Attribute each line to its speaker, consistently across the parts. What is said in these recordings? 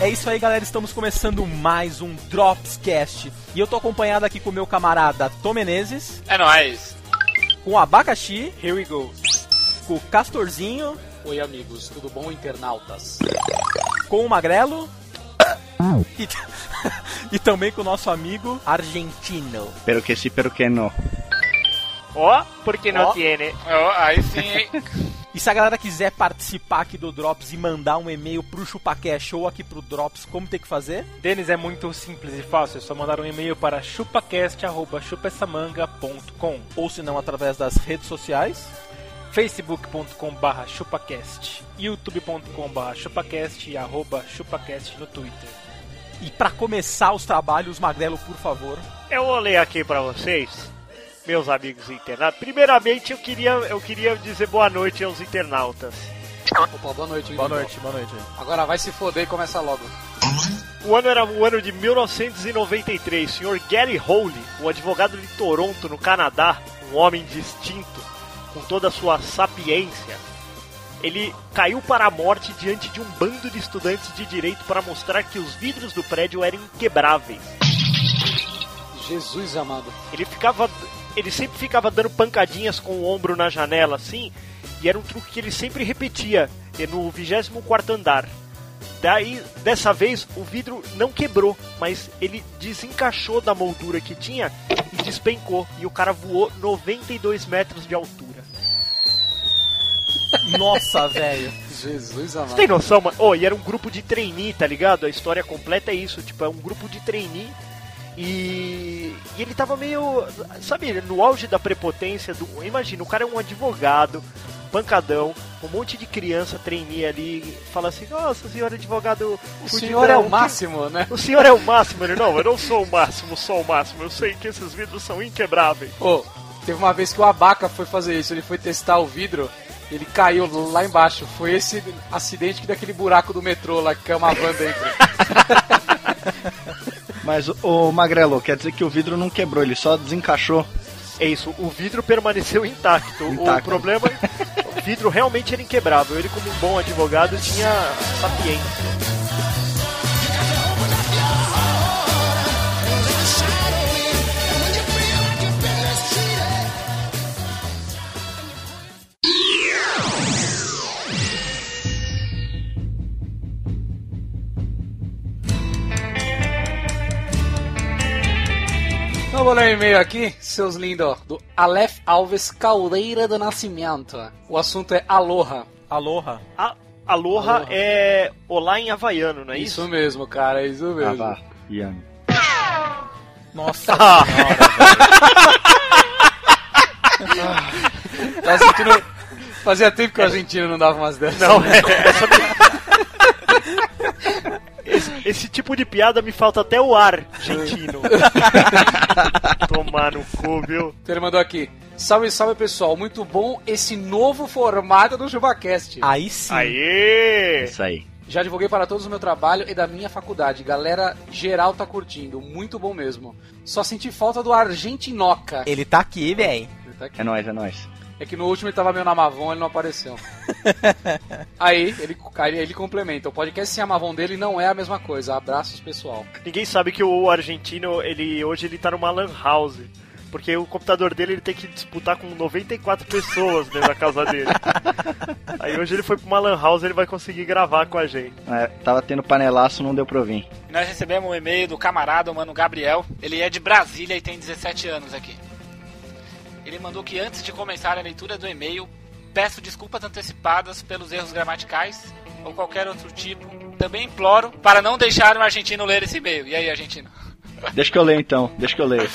Speaker 1: É isso aí, galera. Estamos começando mais um Dropscast. E eu tô acompanhado aqui com o meu camarada Tom Menezes,
Speaker 2: É nóis.
Speaker 1: com o Abacaxi,
Speaker 2: Here we go.
Speaker 1: com o Castorzinho,
Speaker 2: Oi, amigos. Tudo bom, internautas?
Speaker 1: com o Magrelo. E, t- e também com o nosso amigo argentino.
Speaker 3: Pero que sí, pero que no.
Speaker 4: Ó, porque não
Speaker 1: Ó.
Speaker 4: tiene.
Speaker 2: Ó, aí sim, hein?
Speaker 1: E se a galera quiser participar aqui do Drops e mandar um e-mail pro ChupaCast ou aqui pro Drops, como tem que fazer?
Speaker 4: Denis é muito simples e fácil, é só mandar um e-mail para chupacast.chupessamanga.com
Speaker 1: Ou se não, através das redes sociais.
Speaker 4: facebook.com barra chupacast youtube.com barra chupacast e arroba chupacast no twitter
Speaker 1: E pra começar os trabalhos, Magrelo, por favor.
Speaker 5: Eu vou ler aqui pra vocês, meus amigos internautas. Primeiramente, eu queria, eu queria dizer boa noite aos internautas.
Speaker 2: Opa, boa noite.
Speaker 1: Boa noite, boa noite.
Speaker 2: Agora vai se foder e começa logo.
Speaker 5: O ano era o ano de 1993. O senhor Gary Hole, um advogado de Toronto, no Canadá, um homem distinto, com toda a sua sapiência, ele caiu para a morte diante de um bando de estudantes de direito para mostrar que os vidros do prédio eram inquebráveis.
Speaker 2: Jesus amado.
Speaker 5: Ele ficava. Ele sempre ficava dando pancadinhas com o ombro na janela, assim, e era um truque que ele sempre repetia e no 24 andar. Daí, dessa vez, o vidro não quebrou, mas ele desencaixou da moldura que tinha e despencou. E o cara voou 92 metros de altura.
Speaker 1: Nossa, velho.
Speaker 2: Jesus
Speaker 5: Você
Speaker 2: amado.
Speaker 5: tem noção, mano? Oh, e era um grupo de trainee, tá ligado? A história completa é isso, tipo, é um grupo de trainee e, e ele tava meio, sabe, no auge da prepotência do, imagina, o cara é um advogado, pancadão, um monte de criança trainee ali, fala assim: "Nossa, senhor advogado,
Speaker 2: O
Speaker 5: fudidão,
Speaker 2: senhor é o
Speaker 5: que-
Speaker 2: máximo, né?
Speaker 5: O senhor é o máximo, ele não, eu não sou o máximo, sou o máximo. Eu sei que esses vidros são inquebráveis.
Speaker 2: Ô, teve uma vez que o Abaca foi fazer isso. Ele foi testar o vidro. Ele caiu lá embaixo. Foi esse acidente que daquele buraco do metrô lá que caiu uma van dentro.
Speaker 3: Mas, ô Magrelo, quer dizer que o vidro não quebrou, ele só desencaixou.
Speaker 5: É isso, o vidro permaneceu intacto. O
Speaker 3: Intacto.
Speaker 5: problema, é o vidro realmente era inquebrável. Ele, como um bom advogado, tinha sapiência.
Speaker 2: Então vou ler um e-mail aqui, seus lindos, do Aleph Alves Caldeira do Nascimento. O assunto é Aloha.
Speaker 1: Aloha.
Speaker 5: A Aloha,
Speaker 2: Aloha.
Speaker 5: é olá em havaiano, não é isso?
Speaker 2: Isso mesmo, cara, isso
Speaker 3: Ah,
Speaker 2: mesmo.
Speaker 3: vá, Ian.
Speaker 1: Nossa senhora,
Speaker 2: Tá sentindo- Fazia tempo que o argentino não dava umas dessas.
Speaker 5: Não, é, essa... esse, esse tipo de piada me falta até o ar, gentino. Tomar no cu, viu?
Speaker 2: Então ele mandou aqui. Salve, salve pessoal, muito bom esse novo formato do JubaCast.
Speaker 1: Aí sim.
Speaker 5: Aê!
Speaker 3: é Isso aí.
Speaker 2: Já divulguei para todos o meu trabalho e da minha faculdade. Galera geral tá curtindo, muito bom mesmo. Só senti falta do Argentinoca.
Speaker 1: Ele tá aqui, véi.
Speaker 2: Ele tá aqui.
Speaker 3: É nóis, é nóis.
Speaker 2: É que no último ele tava meio na Mavon, ele não apareceu. aí, ele, aí ele complementa. O podcast sem a Mavon dele não é a mesma coisa. Abraços, pessoal.
Speaker 5: Ninguém sabe que o argentino, ele hoje ele tá numa lan house. Porque o computador dele ele tem que disputar com 94 pessoas dentro da casa dele. Aí hoje ele foi pra uma lan house ele vai conseguir gravar com a gente.
Speaker 3: É, tava tendo panelaço, não deu pra eu vir.
Speaker 6: Nós recebemos um e-mail do camarada, o mano Gabriel. Ele é de Brasília e tem 17 anos aqui. Ele mandou que antes de começar a leitura do e-mail, peço desculpas antecipadas pelos erros gramaticais ou qualquer outro tipo. Também imploro para não deixar o argentino ler esse e-mail. E aí, argentino?
Speaker 3: Deixa que eu leio então, deixa que eu leio.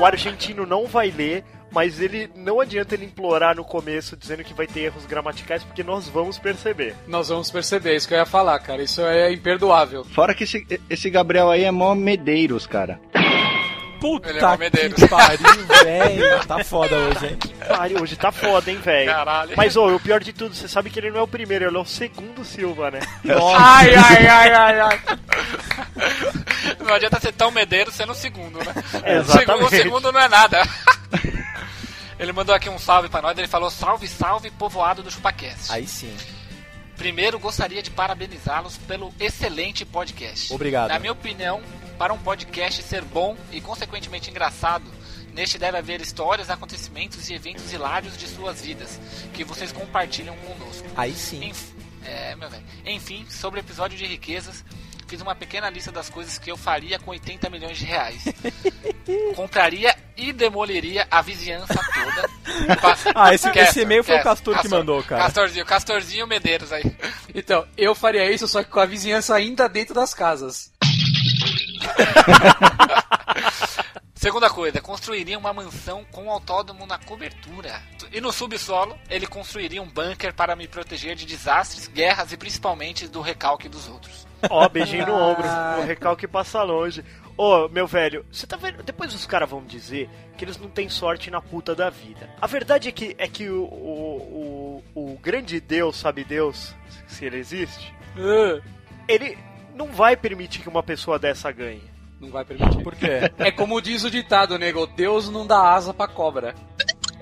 Speaker 5: O argentino não vai ler, mas ele não adianta ele implorar no começo dizendo que vai ter erros gramaticais, porque nós vamos perceber.
Speaker 2: Nós vamos perceber, é isso que eu ia falar, cara. Isso é imperdoável.
Speaker 3: Fora que esse, esse Gabriel aí é mó Medeiros, cara.
Speaker 1: Puta
Speaker 2: Ele é o Medeiros.
Speaker 1: que pariu, velho. Tá foda hoje, hein?
Speaker 5: Pare, hoje tá foda, hein, velho.
Speaker 6: Caralho.
Speaker 5: Mas, ô, o pior de tudo, você sabe que ele não é o primeiro, ele é o segundo Silva, né?
Speaker 2: Ai, ai, ai, ai, ai.
Speaker 6: Não adianta ser tão medeiro sendo o segundo, né?
Speaker 5: É,
Speaker 6: O segundo, o
Speaker 5: exatamente.
Speaker 6: segundo não é nada. Ele mandou aqui um salve pra nós, ele falou salve, salve, povoado do ChupaCast.
Speaker 1: Aí sim.
Speaker 6: Primeiro, gostaria de parabenizá-los pelo excelente podcast.
Speaker 1: Obrigado.
Speaker 6: Na minha opinião, para um podcast ser bom e consequentemente engraçado, neste deve haver histórias, acontecimentos e eventos hilários de suas vidas, que vocês compartilham conosco.
Speaker 1: Aí sim.
Speaker 6: Enf- É, meu velho. Enfim, sobre o episódio de riquezas, fiz uma pequena lista das coisas que eu faria com 80 milhões de reais. Compraria e demoliria a vizinhança toda.
Speaker 1: Ah, esse- esse
Speaker 6: Castor,
Speaker 1: e-mail foi o
Speaker 6: Castor,
Speaker 1: Castor que mandou, cara.
Speaker 6: Castorzinho, Castorzinho Medeiros aí.
Speaker 2: Então, eu faria isso, só que com a vizinhança ainda dentro das casas.
Speaker 6: Segunda coisa, construiria uma mansão com um autódromo na cobertura. E no subsolo, ele construiria um bunker para me proteger de desastres, guerras e principalmente do recalque dos outros.
Speaker 5: Ó, beijinho no ombro, o recalque passa longe. Ô, meu velho, você tá vendo? Depois os caras vão dizer que eles não têm sorte na puta da vida. A verdade é que, é que o, o, o, o grande Deus, sabe Deus, se ele existe,
Speaker 2: Ah,
Speaker 5: ele não vai permitir que uma pessoa dessa ganhe.
Speaker 2: Não vai permitir.
Speaker 1: Por quê?
Speaker 2: É como diz o ditado, nego, Deus não dá asa pra cobra.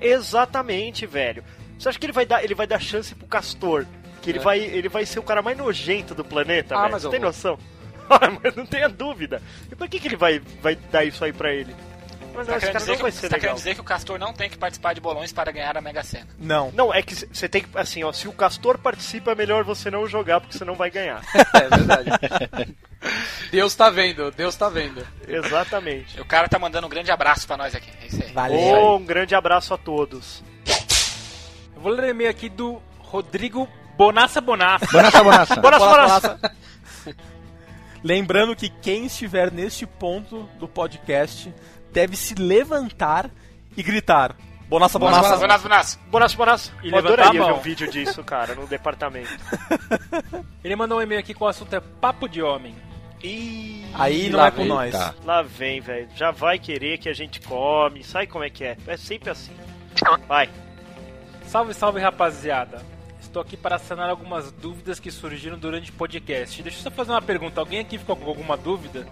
Speaker 5: Exatamente, velho. Você acha que ele vai dar, ele vai dar chance pro Castor? Que ele,
Speaker 2: É.
Speaker 5: vai, ele vai ser o cara mais nojento do planeta,
Speaker 2: Ah,
Speaker 5: velho?
Speaker 2: mas
Speaker 5: Você
Speaker 2: eu
Speaker 5: tem
Speaker 2: vou.
Speaker 5: noção? Ah, mas não tenha dúvida. E por que, que ele vai, vai dar isso aí pra ele? Mas não,
Speaker 6: Tá
Speaker 5: esse
Speaker 6: querendo
Speaker 5: cara
Speaker 6: dizer
Speaker 5: não
Speaker 6: que-
Speaker 5: vai ser
Speaker 6: você tá
Speaker 5: legal.
Speaker 6: querendo dizer que o Castor não tem que participar de bolões para ganhar a Mega Sena.
Speaker 1: Não.
Speaker 5: Não, é que c- você tem que, assim, ó, se o Castor participa, é melhor você não jogar, porque você não vai ganhar.
Speaker 2: É verdade. Deus tá vendo, Deus tá vendo.
Speaker 5: Exatamente.
Speaker 6: O cara tá mandando um grande abraço pra nós aqui. É isso aí.
Speaker 1: Valeu.
Speaker 5: Oh, um grande abraço a todos.
Speaker 4: Eu vou ler o e-mail aqui do Rodrigo Bonassa Bonassa.
Speaker 3: Bonassa, bonassa.
Speaker 5: Bora,
Speaker 1: Bora,
Speaker 5: bora,
Speaker 1: bora. Lembrando que quem estiver neste ponto do podcast deve se levantar e gritar. Bonassa, bonassa.
Speaker 6: Nossa, Bonasso, Bonasso.
Speaker 5: bora, bora. Eu
Speaker 4: levantar a
Speaker 5: adoraria ver
Speaker 4: mão.
Speaker 5: um vídeo disso, cara, no departamento.
Speaker 4: Ele mandou um e-mail aqui com o assunto é papo de homem.
Speaker 5: Ih,
Speaker 1: Aí não
Speaker 2: Lá
Speaker 1: é com
Speaker 2: vem,
Speaker 1: nós.
Speaker 3: tá.
Speaker 5: lá vem, velho. Já vai querer que a gente come, sabe como é que é? É sempre assim. Vai.
Speaker 4: Salve, salve, rapaziada. Estou aqui para sanar algumas dúvidas que surgiram durante o podcast. Deixa eu só fazer uma pergunta. Alguém aqui ficou com alguma dúvida?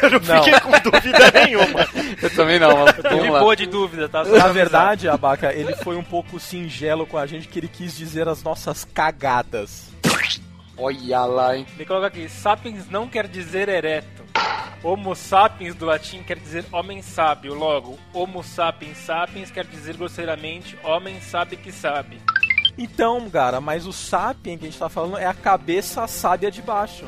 Speaker 5: Eu não, fiquei com dúvida nenhuma.
Speaker 2: Eu também não, mas
Speaker 4: Tô de
Speaker 2: vamos lá.
Speaker 4: boa de dúvida, tá? Só
Speaker 1: Na
Speaker 4: avisar.
Speaker 1: verdade, Abaca, ele foi um pouco singelo com a gente que ele quis dizer as nossas cagadas.
Speaker 2: Olha lá, hein.
Speaker 4: Ele coloca aqui, sapiens não quer dizer ereto. Homo sapiens do latim quer dizer homem sábio. Logo, homo sapiens sapiens quer dizer grosseiramente homem sabe que sabe.
Speaker 1: Então, cara, mas o sapien que a gente tá falando é a cabeça sábia de baixo.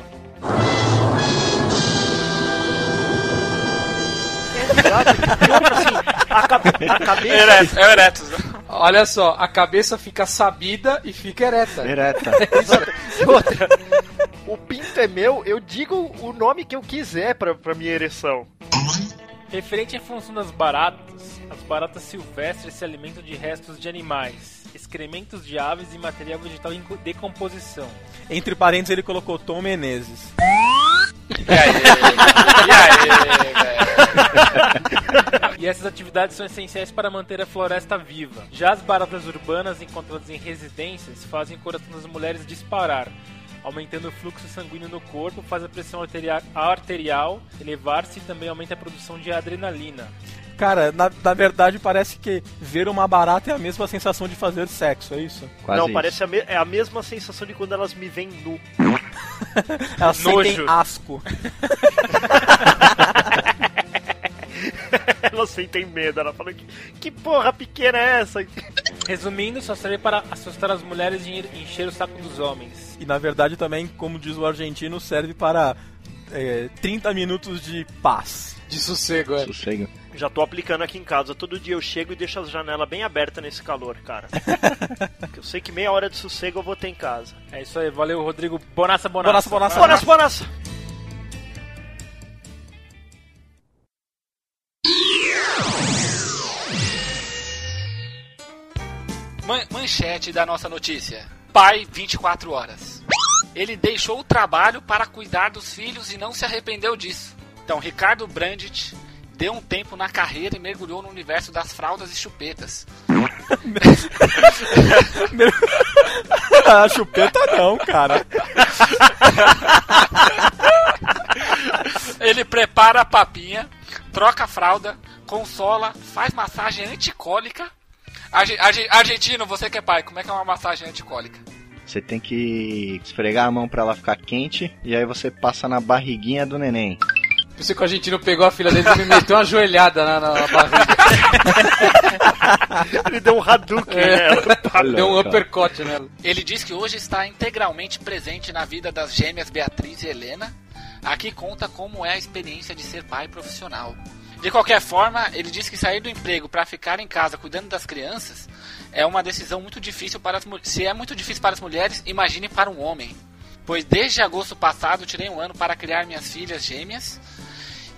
Speaker 5: A, cabe- a cabeça.
Speaker 6: É o Eretus.
Speaker 2: Olha só, a cabeça fica sabida e fica ereta.
Speaker 3: Direta.
Speaker 5: Outra. O pinto é meu, eu digo o nome que eu quiser pra, pra minha ereção.
Speaker 4: Referente à função das baratas, as baratas silvestres se alimentam de restos de animais, excrementos de aves e material vegetal em co- decomposição.
Speaker 1: Entre parênteses, ele colocou Tom Menezes.
Speaker 6: E aí? E aí, velho?
Speaker 4: E essas atividades são essenciais para manter a floresta viva. Já as baratas urbanas encontradas em residências fazem o coração das mulheres disparar, aumentando o fluxo sanguíneo no corpo, faz a pressão arteria- arterial elevar-se e também aumenta a produção de adrenalina.
Speaker 1: Cara, na, na verdade parece que ver uma barata é a mesma sensação de fazer sexo, é isso?
Speaker 3: Quase
Speaker 5: não,
Speaker 3: isso.
Speaker 5: parece a, me- é a mesma sensação de quando elas me veem nu.
Speaker 1: Elas sentem
Speaker 4: Nojo.
Speaker 1: asco.
Speaker 5: Elas sentem medo. Ela fala que, que porra pequena é essa?
Speaker 4: Resumindo, só serve para assustar as mulheres e en- encher o saco dos homens.
Speaker 1: E na verdade também, como diz o argentino, serve para é, 30 minutos de paz.
Speaker 2: De sossego, é.
Speaker 3: Sossego.
Speaker 5: Já tô aplicando aqui em casa. Todo dia eu chego e deixo as janelas bem abertas nesse calor, cara. Porque eu sei que meia hora de sossego eu vou ter em casa.
Speaker 4: É isso aí, valeu Rodrigo. Bonassa, bonassa.
Speaker 1: Bonassa, bonassa,
Speaker 5: Bonas, bonas!
Speaker 6: Man- manchete da nossa notícia. Pai 24 horas. Ele deixou o trabalho para cuidar dos filhos e não se arrependeu disso. Então, Ricardo Brandt deu um tempo na carreira e mergulhou no universo das fraldas e chupetas.
Speaker 1: Ah, chupeta não, cara.
Speaker 6: Ele prepara a papinha, troca a fralda, consola, faz massagem anticólica. Arge- Arge- Argentino, você que é pai, como é que é uma massagem anticólica?
Speaker 3: Você tem que esfregar a mão pra ela ficar quente e aí você passa na barriguinha do neném.
Speaker 2: Por isso que o argentino pegou a filha dele e me meteu uma joelhada na, na barriga.
Speaker 5: Ele deu um Hadouken
Speaker 3: É.
Speaker 5: nela.
Speaker 2: Deu um uppercut nela.
Speaker 6: Ele diz que hoje está integralmente presente na vida das gêmeas Beatriz e Helena. Aqui conta como é a experiência de ser pai profissional. De qualquer forma, ele diz que sair do emprego para ficar em casa cuidando das crianças é uma decisão muito difícil para as mulheres. Se é muito difícil para as mulheres, imagine para um homem. Pois desde agosto passado tirei um ano para criar minhas filhas gêmeas.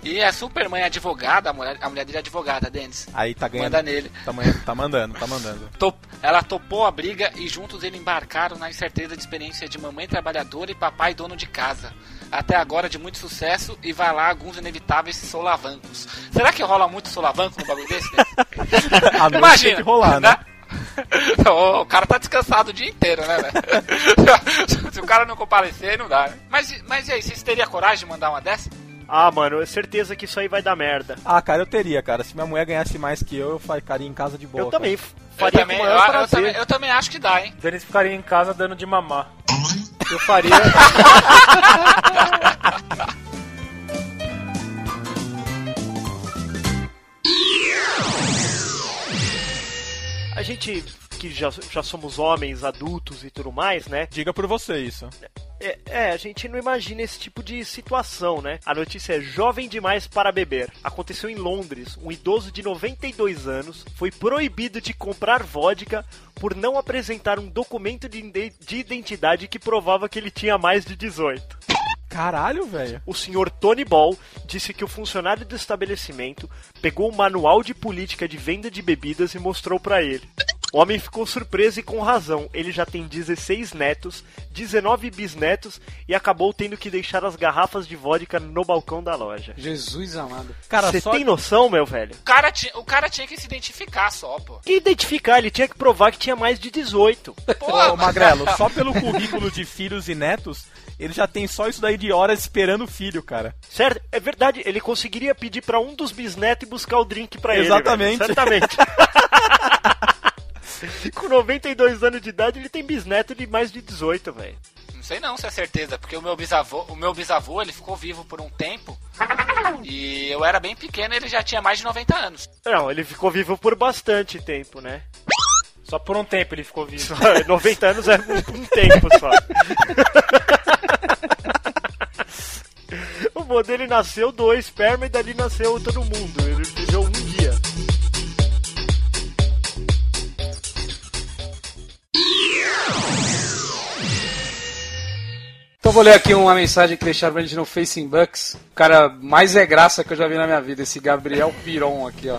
Speaker 6: E a supermãe advogada, a mulher, a mulher dele é advogada, Denis.
Speaker 1: Aí tá ganhando.
Speaker 6: Manda nele.
Speaker 1: Tá, man- tá mandando, tá mandando.
Speaker 6: Top- Ela topou a briga e juntos eles embarcaram na incerteza de experiência de mamãe trabalhadora e papai dono de casa. Até agora de muito sucesso e vai lá alguns inevitáveis solavancos. Será que rola muito solavanco no bagulho desse? né?
Speaker 1: A noite tem que rolar, né?
Speaker 6: Não, o cara tá descansado o dia inteiro, né, velho? Se o cara não comparecer, não dá, né? Mas, mas e aí, vocês teriam coragem de mandar uma dessa?
Speaker 5: Ah, mano, é certeza que isso aí vai dar merda.
Speaker 1: Ah, cara, eu teria, cara. Se minha mulher ganhasse mais que eu, eu ficaria em casa de boa.
Speaker 5: eu
Speaker 1: cara.
Speaker 5: também
Speaker 6: eu,
Speaker 5: faria
Speaker 6: também,
Speaker 5: com o maior
Speaker 6: eu- eu
Speaker 5: prazer.
Speaker 6: também- eu também acho que dá, hein?
Speaker 4: Denis ficaria em casa dando de mamar.
Speaker 2: Eu faria.
Speaker 5: A gente que já, já somos homens, adultos e tudo mais, né?
Speaker 1: Diga por você isso.
Speaker 5: É, é, a gente não imagina esse tipo de situação, né? A notícia é jovem demais para beber. Aconteceu em Londres. Um idoso de 92 anos foi proibido de comprar vodka por não apresentar um documento de, inde- de identidade que provava que ele tinha mais de 18.
Speaker 1: Caralho, velho.
Speaker 5: O senhor Tony Ball disse que o funcionário do estabelecimento pegou um manual de política de venda de bebidas e mostrou pra ele. O homem ficou surpreso e com razão. Ele já tem 16 netos, 19 bisnetos e acabou tendo que deixar as garrafas de vodka no balcão da loja.
Speaker 2: Jesus amado.
Speaker 1: Cara,
Speaker 5: Você
Speaker 1: só.
Speaker 5: tem noção, meu velho?
Speaker 6: O cara, ti- o cara tinha que se identificar só, pô.
Speaker 5: Que identificar, ele tinha que provar que tinha mais de 18.
Speaker 1: Ô, Magrelo, só pelo currículo de filhos e netos, ele já tem só isso daí de horas esperando o filho, cara.
Speaker 5: Certo? É verdade, ele conseguiria pedir pra um dos bisnetos e buscar o drink pra
Speaker 1: Exatamente.
Speaker 5: ele. velho. Certamente. Com 92 anos de idade, ele tem bisneto de mais de 18, velho.
Speaker 6: Não sei não se é certeza, porque o meu bisavô, o meu bisavô, ele ficou vivo por um tempo. E eu era bem pequeno, ele já tinha mais de 90 anos.
Speaker 5: Não, ele ficou vivo por bastante tempo, né?
Speaker 4: Só por um tempo ele ficou vivo.
Speaker 5: Só 90 anos é um, um tempo só. o vô dele nasceu do esperma e dali nasceu todo mundo. Ele viveu um dia.
Speaker 2: Então vou ler aqui uma mensagem que deixaram pra gente no Facing Bucks. O cara mais é graça que eu já vi na minha vida, esse Gabriel Piron aqui, ó.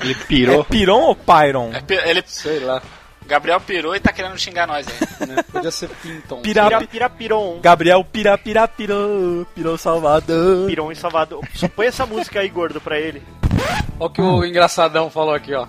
Speaker 3: Ele
Speaker 1: É
Speaker 3: pirou.
Speaker 1: Piron ou Pyron?
Speaker 6: É, Pi- ele,
Speaker 2: Sei lá.
Speaker 6: Gabriel pirou e tá querendo xingar nós aí.
Speaker 2: Né? Podia ser Pinton.
Speaker 1: Pira,
Speaker 5: Pira- Pirapiron.
Speaker 1: Gabriel Pira Pira Pirou, Pirou Salvador.
Speaker 5: Piron em Salvador. Só põe essa música aí, gordo, pra ele.
Speaker 2: Olha o que o engraçadão falou aqui, ó.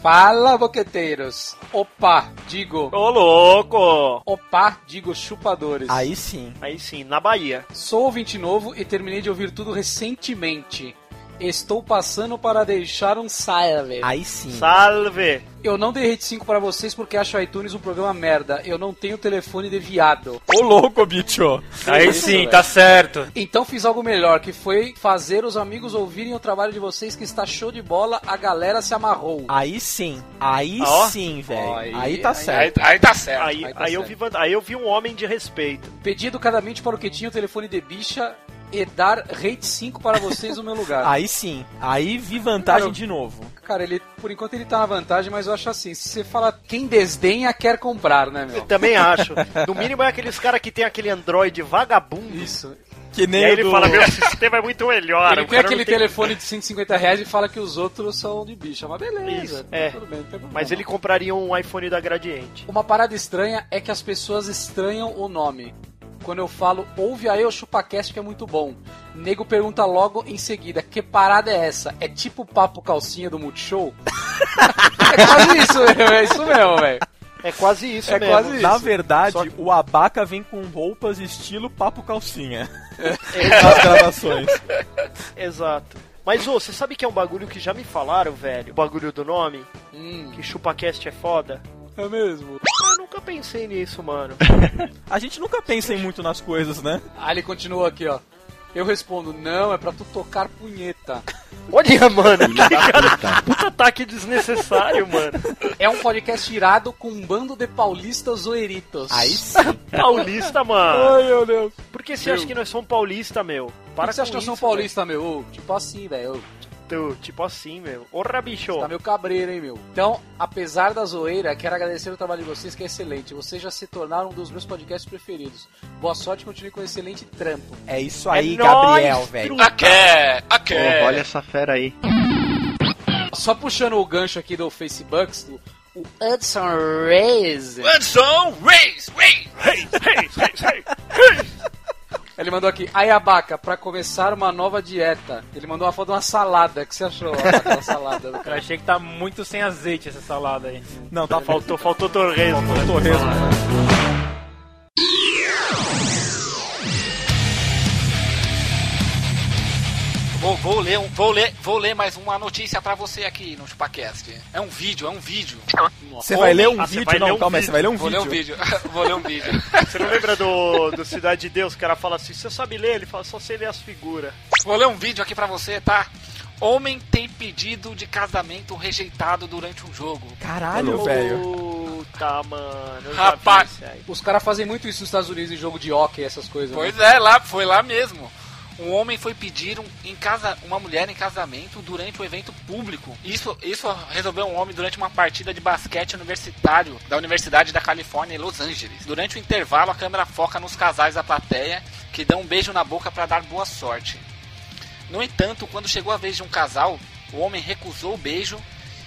Speaker 2: Fala, boqueteiros. Opa, digo.
Speaker 5: Ô, louco!
Speaker 2: Opa, digo chupadores.
Speaker 1: Aí sim.
Speaker 5: Aí sim, na Bahia.
Speaker 2: Sou ouvinte novo e terminei de ouvir tudo recentemente. Estou passando para deixar um salve.
Speaker 1: Aí sim.
Speaker 5: Tá Salve!
Speaker 2: Eu não dei rate 5 para vocês porque acho iTunes um programa merda. Eu não tenho telefone de viado.
Speaker 1: Ô louco, bicho.
Speaker 4: Aí
Speaker 2: isso,
Speaker 4: sim,
Speaker 2: velho?
Speaker 4: tá certo.
Speaker 2: Então fiz algo melhor, que foi fazer os amigos ouvirem o trabalho de vocês que está show de bola, a galera se amarrou.
Speaker 1: Aí sim. Aí
Speaker 5: Ó.
Speaker 1: sim, velho.
Speaker 2: Aí-
Speaker 1: Aí, tá
Speaker 2: aí-
Speaker 6: Aí,
Speaker 1: certo.
Speaker 6: aí tá certo.
Speaker 5: É, Aí,
Speaker 2: aí
Speaker 5: aí,
Speaker 2: tá
Speaker 5: eu
Speaker 2: certo.
Speaker 5: vi, van- aí eu vi um homem de respeito.
Speaker 2: Pedi educadamente para o que tinha o telefone de bicha e dar rate 5 para vocês no meu lugar.
Speaker 1: Aí sim. Aí vi vantagem de novo.
Speaker 2: Cara, ele por enquanto ele tá na vantagem, mas eu acho assim, se você fala quem desdenha quer comprar, né,
Speaker 5: Eu
Speaker 2: meu?
Speaker 5: também acho. No mínimo é aqueles caras que tem aquele Android vagabundo.
Speaker 2: Isso.
Speaker 1: Que nem
Speaker 5: e aí
Speaker 1: o
Speaker 5: ele
Speaker 1: do-
Speaker 5: fala, meu sistema é muito melhor.
Speaker 2: Ele
Speaker 5: o
Speaker 2: tem
Speaker 5: cara não
Speaker 2: aquele
Speaker 5: tem-
Speaker 2: telefone de 150 reais e fala que os outros são de bicho. É uma beleza.
Speaker 5: Isso, é.
Speaker 2: Tudo bem, não tem problema.
Speaker 5: Mas ele compraria um iPhone da Gradiente.
Speaker 2: Uma parada estranha é que as pessoas estranham o nome. Quando eu falo, ouve aí o ChupaCast que é muito bom. Nego pergunta logo em seguida, que parada é essa? É tipo o papo calcinha do Multishow? é quase isso, meu, é isso mesmo, velho.
Speaker 5: É quase isso
Speaker 2: É
Speaker 5: mesmo.
Speaker 2: quase isso.
Speaker 1: Na verdade,
Speaker 5: Só que-
Speaker 1: o Abaca vem com roupas estilo papo calcinha
Speaker 5: Exato.
Speaker 1: nas gravações.
Speaker 5: Exato. Mas, ô, você sabe que é um bagulho que já me falaram, velho? O bagulho do nome?
Speaker 2: Hum,
Speaker 5: Que ChupaCast é foda?
Speaker 2: é mesmo.
Speaker 5: Eu nunca pensei nisso, mano.
Speaker 1: A gente nunca pensa em muito nas coisas, né?
Speaker 2: Aí ele continua aqui, ó. Eu respondo, não, é pra tu tocar punheta.
Speaker 5: Olha, mano,
Speaker 3: Filha da puta.
Speaker 5: puta ataque desnecessário, mano.
Speaker 2: É um podcast irado com um bando de paulistas zoeiritos.
Speaker 1: Aí sim.
Speaker 5: Paulista, mano.
Speaker 2: Ai, meu Deus.
Speaker 5: Por que você acha que nós somos paulista, meu?
Speaker 2: Para
Speaker 5: Para
Speaker 2: que você acha que
Speaker 5: com
Speaker 2: eu sou um
Speaker 5: isso,
Speaker 2: paulista, meu? Ô, Tipo assim, velho.
Speaker 5: velho. Tu, tipo assim, meu. Orra, bicho.
Speaker 2: Tá meio cabreiro, hein, meu? Então, apesar da zoeira, quero agradecer o trabalho de vocês, que é excelente. Vocês já se tornaram um dos meus podcasts preferidos. Boa sorte, continue com um excelente trampo.
Speaker 1: É isso
Speaker 5: É
Speaker 1: aí,
Speaker 5: nóis,
Speaker 1: Gabriel, velho.
Speaker 6: Ah,
Speaker 5: truta.
Speaker 6: Aké, aké.
Speaker 5: É.
Speaker 3: Pô, olha essa fera aí.
Speaker 2: Só puxando o gancho aqui do Facebooks, do, o Hudson Reyes.
Speaker 6: Anderson Reis, Reis.
Speaker 5: Hey, hey, hey, hey.
Speaker 2: Ele mandou aqui, Ayabaca, pra começar uma nova dieta. Ele mandou uma foto de uma salada. O que você achou daquela salada do
Speaker 4: Eu
Speaker 2: cara?
Speaker 4: achei que tá muito sem azeite essa salada aí.
Speaker 1: Não, tá faltando
Speaker 5: Ah, Faltou, faltou torresmo. né?
Speaker 1: torresmo.
Speaker 6: Vou, vou ler, um- vou ler, vou ler mais uma notícia pra você aqui no Chupacast. É um vídeo, é um vídeo.
Speaker 1: Você vai ler um
Speaker 5: Ah, você vai
Speaker 1: vídeo?
Speaker 5: ler
Speaker 1: Não,
Speaker 5: um
Speaker 1: calma aí,
Speaker 5: vídeo.
Speaker 1: você vai ler um
Speaker 6: Vou ler um
Speaker 1: vídeo.
Speaker 6: vídeo. vou ler um vídeo.
Speaker 5: Ah, Você não lembra do, do Cidade de Deus? O cara fala assim, você sabe ler? Ele fala, só sei ler as figuras.
Speaker 6: Vou ler um vídeo aqui pra você, tá? Homem tem pedido de casamento rejeitado durante um jogo.
Speaker 1: Caralho, velho.
Speaker 5: Puta, tá, mano. eu já
Speaker 6: Rapaz.
Speaker 5: vi isso aí.
Speaker 2: Os caras fazem muito isso nos Estados Unidos em jogo de hockey, essas coisas. né?
Speaker 6: Pois é, lá, foi lá mesmo. Um homem foi pedir um, em casa, uma mulher em casamento durante um evento público. Isso, isso resolveu um homem durante uma partida de basquete universitário da Universidade da Califórnia em Los Angeles. Durante o intervalo, a câmera foca nos casais da plateia que dão um beijo na boca para dar boa sorte. No entanto, quando chegou a vez de um casal, o homem recusou o beijo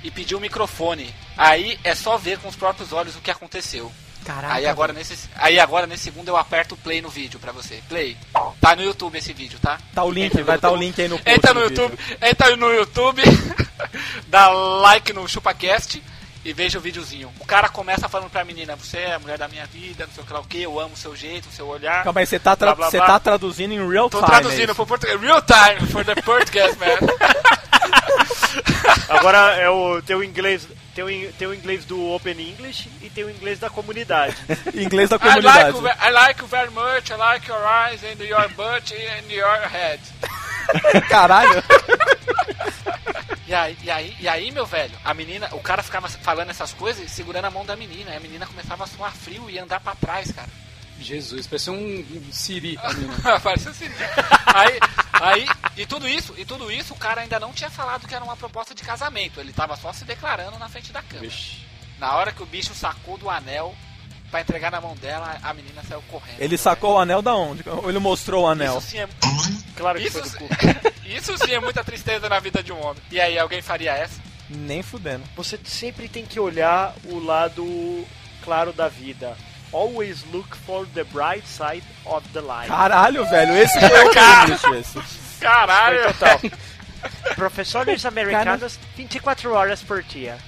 Speaker 6: e pediu o microfone. Aí é só ver com os próprios olhos o que aconteceu.
Speaker 1: Caraca.
Speaker 6: Aí agora, nesse, aí agora nesse segundo eu aperto play no vídeo pra você. Play. Tá no YouTube esse vídeo, tá?
Speaker 1: Tá o link,
Speaker 6: Entra no
Speaker 1: vai tá o
Speaker 6: YouTube.
Speaker 1: link aí no post.
Speaker 6: Entra
Speaker 1: do
Speaker 6: no
Speaker 1: vídeo.
Speaker 6: YouTube, entra no YouTube, dá like no ChupaCast e veja o videozinho. O cara começa falando pra menina, você é a mulher da minha vida, não sei o que lá o que, eu amo o seu jeito, o seu olhar.
Speaker 1: Calma aí, você tá, tra-
Speaker 6: Blá, blá,
Speaker 1: você
Speaker 6: blá.
Speaker 1: tá traduzindo em real
Speaker 6: Tô
Speaker 1: time. é
Speaker 6: traduzindo
Speaker 1: isso?
Speaker 6: pro português. Real time for the Portuguese man.
Speaker 5: Agora é o, tem, o inglês, tem, o, in- tem o inglês do Open English e tem o inglês da comunidade.
Speaker 1: Em inglês da
Speaker 6: I like,
Speaker 1: comunidade.
Speaker 6: you ve- I like you very much, I like your eyes and your butt and your head.
Speaker 1: Caralho.
Speaker 6: E aí, e, aí, e aí, meu velho, a menina, o cara ficava falando essas coisas e segurando a mão da menina. E a menina começava a suar frio e andar pra trás, cara.
Speaker 2: Jesus, parecia um um siri.
Speaker 6: Parecia assim. Aí, aí, e tudo isso, e tudo isso, o cara ainda não tinha falado que era uma proposta de casamento. Ele tava só se declarando na frente da câmera. Na hora que o bicho sacou do anel pra entregar na mão dela, a menina saiu correndo.
Speaker 1: Ele sacou o anel da onde? Ou ele mostrou o anel?
Speaker 6: Isso sim é,
Speaker 5: Claro que
Speaker 6: isso,
Speaker 5: foi do cu.
Speaker 6: isso sim é muita tristeza na vida de um homem. E aí, alguém faria essa?
Speaker 1: Nem fudendo.
Speaker 5: Você sempre tem que olhar o lado claro da vida. Always look for the bright side of the light.
Speaker 1: Caralho, velho. Esse foi o
Speaker 6: Cara.
Speaker 1: bicho, esse.
Speaker 6: Caralho!
Speaker 5: Foi total. Professores americanos, 24 horas por dia.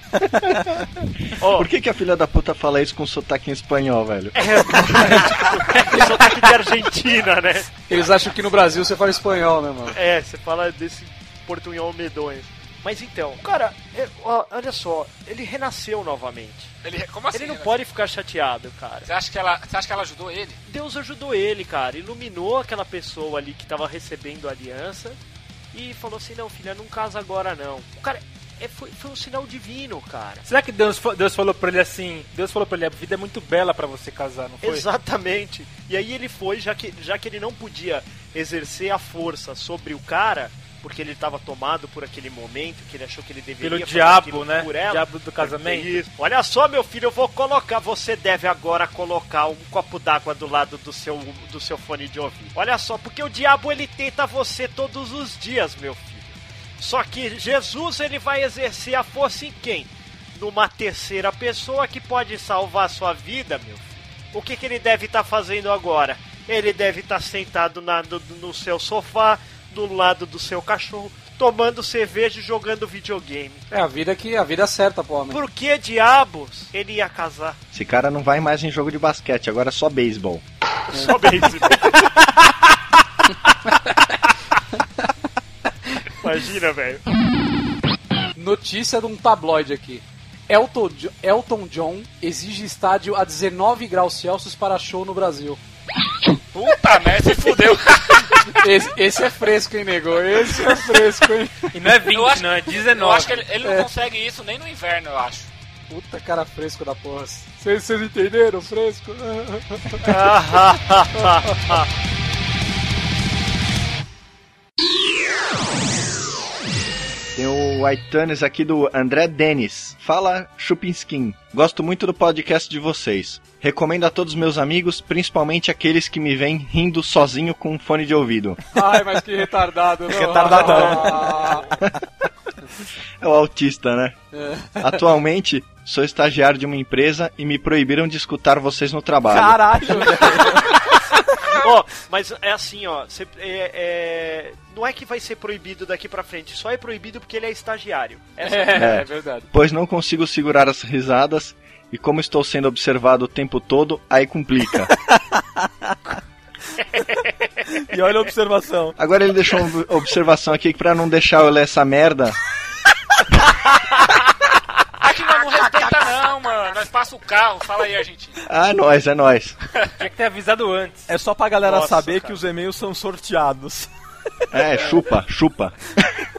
Speaker 5: Oh,
Speaker 3: Por que, que a filha da puta fala isso com sotaque em espanhol, velho?
Speaker 5: eu sou daqui é, de Argentina, né?
Speaker 2: Eles acham que no Brasil você fala espanhol, né, mano?
Speaker 5: É, você fala desse portunhol medonho. Mas então, cara, é, ó, olha só, ele renasceu novamente.
Speaker 6: Ele, como assim?
Speaker 5: Ele não
Speaker 6: né?
Speaker 5: pode ficar chateado, cara.
Speaker 6: Você acha que ela, você acha que ela ajudou ele?
Speaker 5: Deus ajudou ele, cara. Iluminou aquela pessoa ali que tava recebendo a aliança e falou assim: não, filha, não casa agora não. O cara é, foi, foi um sinal divino, cara.
Speaker 4: Será que Deus, fa- Deus falou pra ele assim? Deus falou pra ele, a vida é muito bela pra você casar, não foi?
Speaker 5: Exatamente. E aí ele foi, já que, já que ele não podia exercer a força sobre o cara, porque ele estava tomado por aquele momento que ele achou que ele deveria
Speaker 4: Pelo
Speaker 5: fazer
Speaker 4: diabo,
Speaker 5: aquilo
Speaker 4: né?
Speaker 5: por ela.
Speaker 4: Diabo do casamento.
Speaker 5: Isso. Olha só, meu filho, eu vou colocar. Você deve agora colocar um copo d'água do lado do seu, do seu fone de ouvido. Olha só, porque o diabo ele tenta você todos os dias, meu filho. Só que Jesus ele vai exercer a força em quem? Numa terceira pessoa que pode salvar a sua vida, meu filho. O que, que ele deve estar fazendo agora? Ele deve estar sentado na- no, no seu sofá, do lado do seu cachorro, tomando cerveja e jogando videogame.
Speaker 2: É a vida que a vida é certa, pô, homem.
Speaker 5: Por que diabos ele ia casar?
Speaker 3: Esse cara não vai mais em jogo de basquete, agora é só beisebol.
Speaker 5: Só né? beisebol. Imagina, velho.
Speaker 2: Notícia de um tabloide aqui. Elton, Jo- Elton John exige estádio a 19 graus Celsius para show no Brasil.
Speaker 6: Puta merda, se fudeu.
Speaker 2: Esse, esse é fresco, hein, nego? Esse é fresco, hein?
Speaker 4: E não é 20,
Speaker 6: Eu acho-
Speaker 4: não, é
Speaker 6: Eu
Speaker 4: 19.
Speaker 6: acho que ele, ele não consegue isso nem no inverno, eu acho.
Speaker 2: Puta cara fresco da porra. Vocês vocês entenderam? Fresco?
Speaker 3: Tem o iTunes aqui do André Denis. Fala, Chupinskin. Gosto muito do podcast de vocês. Recomendo a todos meus amigos, principalmente aqueles que me veem rindo sozinho com um fone de ouvido.
Speaker 2: Ai, mas que retardado. né? Não.
Speaker 1: Retardadão.
Speaker 2: Ah,
Speaker 3: É o autista, né?
Speaker 2: É.
Speaker 3: Atualmente, sou estagiário de uma empresa e me proibiram de escutar vocês no trabalho.
Speaker 2: Ah,
Speaker 1: Caralho, velho.
Speaker 5: Ó, mas é assim, ó. cê- é- é, não é que vai ser proibido daqui pra frente, só é proibido porque ele é estagiário. Essa é.
Speaker 2: é, é verdade.
Speaker 3: Pois não consigo segurar as risadas e como estou sendo observado o tempo todo, aí complica.
Speaker 1: E olha a observação.
Speaker 3: Agora ele deixou uma observação aqui que pra não deixar eu ler essa merda,
Speaker 6: Aqui nós não respeita não, mano. Nós passa o carro, fala aí, Argentina.
Speaker 3: Ah, é nóis, é nóis.
Speaker 4: Tinha que ter avisado antes.
Speaker 1: É só pra galera
Speaker 5: Nossa,
Speaker 1: saber
Speaker 5: cara.
Speaker 1: que os e-mails são sorteados.
Speaker 3: É, chupa, chupa.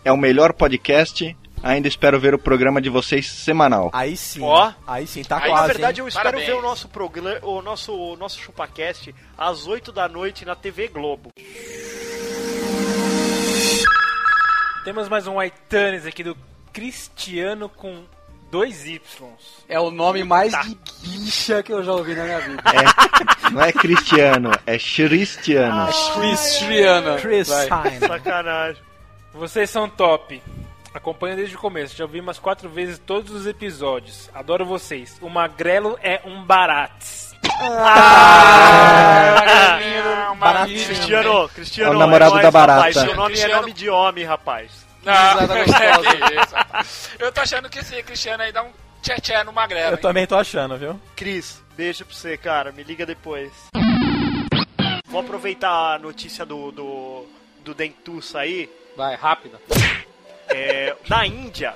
Speaker 3: É o melhor podcast. Ainda espero ver o programa de vocês semanal.
Speaker 1: Aí sim.
Speaker 5: Ó.
Speaker 1: Aí sim, tá
Speaker 6: Aí,
Speaker 1: quase.
Speaker 5: na verdade,
Speaker 6: hein?
Speaker 5: eu espero
Speaker 6: Parabéns.
Speaker 5: ver o nosso programa, o nosso, o nosso ChupaCast às 8 da noite na TV Globo.
Speaker 4: Temos mais um iTunes aqui do Cristiano com dois Ys.
Speaker 2: É o nome mais de bicha que eu já ouvi na minha vida.
Speaker 3: Não é Cristiano, é Cristiano.
Speaker 2: Cristiana.
Speaker 1: Chris
Speaker 2: Vai.
Speaker 1: Time.
Speaker 5: Sacanagem.
Speaker 4: Vocês são top. Acompanho desde o começo, já ouvi umas quatro vezes todos os episódios. Adoro vocês. O magrelo é um barates.
Speaker 6: Ah. Não,
Speaker 1: Baratinho.
Speaker 5: Cristiano, Cristiano,
Speaker 3: É o namorado
Speaker 5: nóis,
Speaker 3: da barata.
Speaker 5: Rapaz, seu nome é
Speaker 6: Cristiano-
Speaker 5: nome de homem, rapaz.
Speaker 6: Não,
Speaker 2: Risada gostosa.
Speaker 6: que isso, rapaz. Eu tô achando que esse Cristiano aí dá um tchê-tchê no magrelo.
Speaker 1: Eu
Speaker 6: hein?
Speaker 1: também tô achando, viu?
Speaker 5: Cris, beijo pra você, cara. Me liga depois. Vou aproveitar a notícia do, do, do Dentuça aí.
Speaker 2: Vai, rápida. Ah.
Speaker 5: É, na Índia.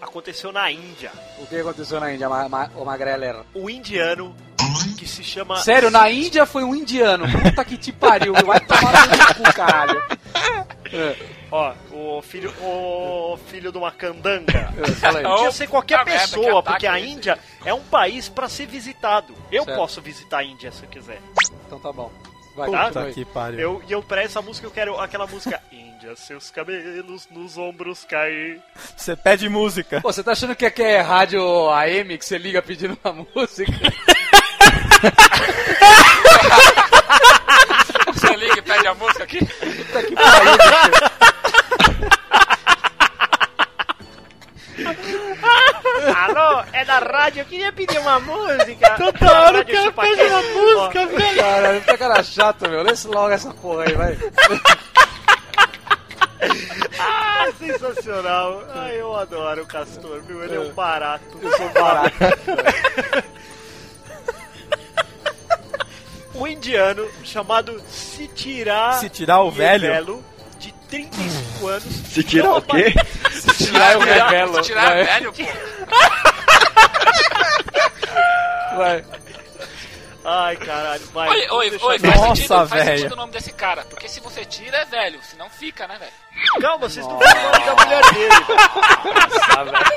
Speaker 5: Aconteceu na Índia.
Speaker 2: O que aconteceu na Índia, ma ma o Magrelera?
Speaker 5: O indiano que se chama.
Speaker 2: Sério, na Índia foi um indiano. Puta que te pariu. Vai tomar no cu, caralho.
Speaker 5: Ó, o filho, o filho de uma candanga.
Speaker 2: É, fala aí.
Speaker 5: Podia ser qualquer
Speaker 6: Puta merda,
Speaker 5: pessoa,
Speaker 6: que
Speaker 5: porque a
Speaker 6: ataque
Speaker 5: Índia é um país pra ser visitado. Eu
Speaker 2: Certo.
Speaker 5: posso visitar a Índia se eu quiser.
Speaker 2: Então tá bom. Vai,
Speaker 5: Puta
Speaker 2: continua
Speaker 1: Puta
Speaker 2: aí.
Speaker 1: que pariu.
Speaker 5: Eu, e eu, pra essa música, eu quero aquela música. Índia, seus cabelos nos ombros caem.
Speaker 1: Você pede música.
Speaker 2: Pô, você tá achando que aqui é rádio AM que você liga pedindo uma música?
Speaker 6: Você liga e pede a música aqui.
Speaker 2: Puta que pariu, bicho.
Speaker 5: Alô, é da rádio, eu queria pedir uma música. Toda hora que eu peço uma tipo música.
Speaker 2: Caralho, tá cara chato, meu. Lê logo essa porra aí, vai.
Speaker 5: Ah, sensacional. Ai, eu adoro o Castor, meu. Ele é um barato. Eu sou barato. um indiano chamado Sitirá
Speaker 1: Se tirar o velho,
Speaker 5: Rebelo, de 35 anos.
Speaker 3: Se tirar
Speaker 5: não
Speaker 3: o quê?
Speaker 2: Tirar o
Speaker 6: Se
Speaker 2: revelo.
Speaker 6: tirar
Speaker 2: Vai,
Speaker 6: velho, pô.
Speaker 2: vai.
Speaker 5: Ai, caralho, vai.
Speaker 6: Oi, oi,
Speaker 5: deixa
Speaker 6: oi,
Speaker 5: eu-
Speaker 6: faz
Speaker 1: Nossa,
Speaker 6: sentido, faz
Speaker 1: velho.
Speaker 6: sentido o nome desse cara. Porque se você tira, é velho. Senão fica, né, velho?
Speaker 5: Calma, vocês não falam da mulher dele.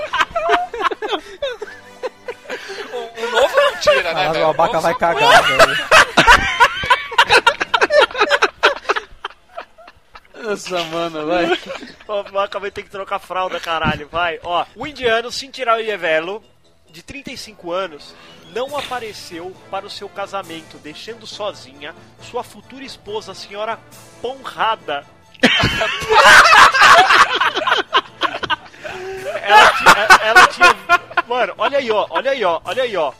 Speaker 6: O, o novo não tira, né,
Speaker 1: caralho,
Speaker 6: velho?
Speaker 1: o abaca vai cagar, velho.
Speaker 2: Nossa, mano, vai.
Speaker 5: Ó, eu acabei de ter que trocar a fralda, caralho, vai. Ó, o indiano Sintiral Yevelo, de 35 anos, não apareceu para o seu casamento, deixando sozinha sua futura esposa, a senhora Ponrada. ela, ti- ela tinha. Mano, olha aí, ó, olha aí, ó, olha aí, ó.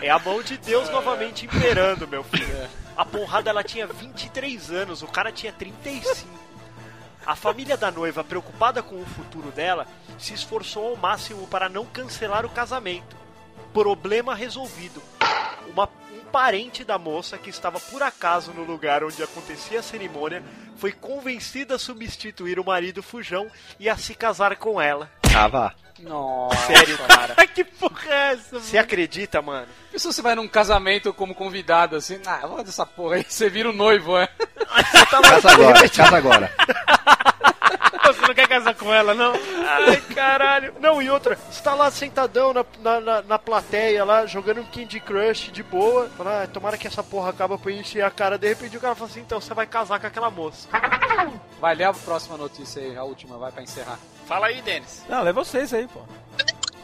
Speaker 5: É a mão de Deus novamente imperando, meu filho. A Ponrada, ela tinha 23 anos, o cara tinha 35. A família da noiva, preocupada com o futuro dela, se esforçou ao máximo para não cancelar o casamento. Problema resolvido. Uma- um parente da moça, que estava por acaso no lugar onde acontecia a cerimônia, foi convencida a substituir o marido fujão e a se casar com ela.
Speaker 3: Ah, vá.
Speaker 2: Nossa.
Speaker 5: Sério, cara. que porra é essa? Você acredita, mano?
Speaker 2: E se você vai num casamento como convidado, assim, ah, vou dessa porra aí, você vira o noivo, é?
Speaker 3: Casa agora, casa agora.
Speaker 4: Você não quer casar com ela, não?
Speaker 5: Ai, caralho. Não, e outra, você tá lá sentadão na, na, na, na plateia lá, jogando um Candy Crush de boa. Fala, ah, tomara que essa porra acaba pra encher a cara. De repente o cara fala assim, então você vai casar com aquela moça.
Speaker 2: Vai, lê a próxima notícia aí, a última, vai pra encerrar.
Speaker 6: Fala aí, Denis.
Speaker 1: Não, leva vocês aí, pô.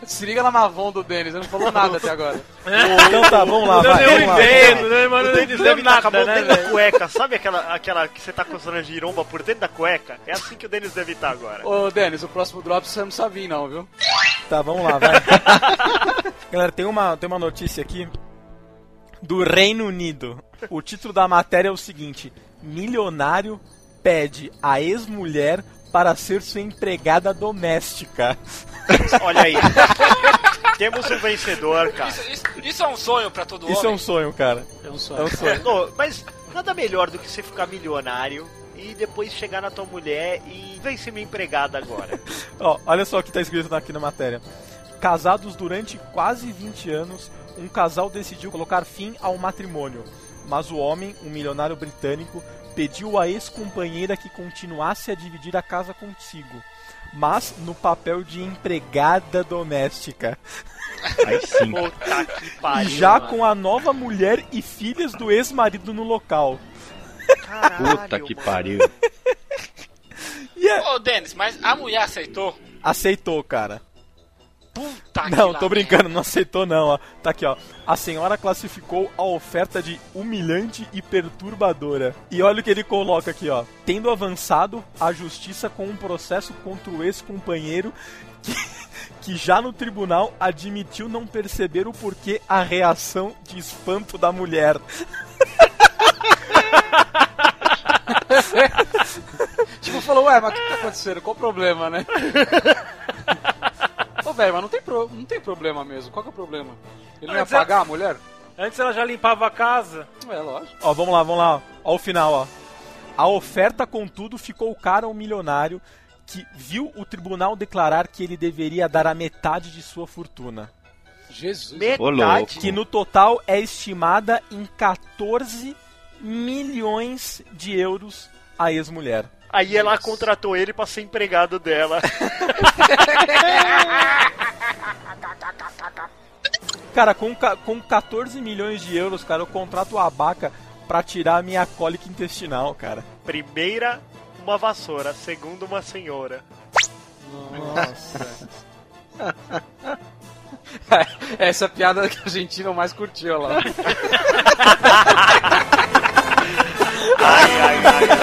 Speaker 2: Se liga na Mavon do Denis, ele não falou nada até agora.
Speaker 1: Então tá, vamos lá,
Speaker 4: Não
Speaker 1: vai.
Speaker 4: deu nem
Speaker 1: Vamos lá, vamos
Speaker 4: dedo, né, mano? Nem deu
Speaker 5: Deve estar com a
Speaker 4: nada,
Speaker 5: mão
Speaker 4: né,
Speaker 5: dentro da
Speaker 4: velho?
Speaker 5: cueca. Sabe aquela, aquela que você tá coçando a giromba por dentro da cueca? É assim que o Denis deve estar agora.
Speaker 2: Ô, Denis, o próximo drop você não sabe vir, não, viu?
Speaker 1: lá. Tá, vamos lá, vai. Galera, tem uma, tem uma notícia aqui do Reino Unido. O título da matéria é o seguinte: Milionário pede a ex-mulher para ser sua empregada doméstica.
Speaker 5: Olha aí. Temos um vencedor, cara.
Speaker 6: Isso, isso- isso é um sonho pra todo
Speaker 1: Isso é
Speaker 6: homem.
Speaker 1: um sonho, cara.
Speaker 2: Eu não
Speaker 1: É
Speaker 2: sou.
Speaker 1: um sonho.
Speaker 5: Ô, mas nada melhor do que você ficar milionário e depois chegar na tua mulher e vem ser minha empregada agora.
Speaker 1: Ó, olha só o que tá escrito aqui na matéria. Casados durante quase 20 anos, um casal decidiu colocar fim ao matrimônio. Mas o homem, um milionário britânico, pediu à ex-companheira que continuasse a dividir a casa consigo. Mas no papel de empregada doméstica.
Speaker 3: Aí sim.
Speaker 5: Puta que pariu.
Speaker 1: já
Speaker 5: mano.
Speaker 1: com a nova mulher e filhas do ex-marido no local.
Speaker 5: Caralho,
Speaker 3: Puta que
Speaker 5: mano.
Speaker 3: pariu.
Speaker 1: E é-
Speaker 6: Ô, Denis, mas a mulher aceitou?
Speaker 1: aceitou, cara.
Speaker 6: Puta que
Speaker 1: Não,
Speaker 6: Tá lá né?
Speaker 1: tô
Speaker 6: merda.
Speaker 1: brincando, não aceitou não, ó. Tá aqui, ó. A senhora classificou a oferta de humilhante e perturbadora. E olha o que ele coloca aqui, ó. Tendo avançado a justiça com um processo contra o ex-companheiro que, que já no tribunal admitiu não perceber o porquê a reação de espanto da mulher.
Speaker 2: Tipo, falou, ué, mas o que tá acontecendo? Qual o problema, né? Ô, velho, mas não tem, pro... não tem problema mesmo. Qual que é o problema? Ele não ia
Speaker 4: Mas é-
Speaker 2: pagar a mulher?
Speaker 4: Antes ela já limpava a casa.
Speaker 2: É, lógico.
Speaker 1: Ó, vamos lá, vamos lá. Ó, o final, ó. A oferta, contudo, ficou cara ao milionário que viu o tribunal declarar que ele deveria dar a metade de sua fortuna.
Speaker 2: Jesus.
Speaker 3: Ô,
Speaker 5: Metade.
Speaker 3: louco.
Speaker 1: que no total é estimada em 14 milhões de euros a ex-mulher.
Speaker 5: Aí ela contratou ele pra ser empregado dela.
Speaker 1: Cara, com, ca- com 14 milhões de euros, cara, eu contrato a abaca pra tirar a minha cólica intestinal, cara.
Speaker 5: Primeira, uma vassoura. Segunda, uma senhora.
Speaker 2: Nossa. Essa é a piada que a Argentina mais curtiu lá.
Speaker 5: Ai, ai, ai.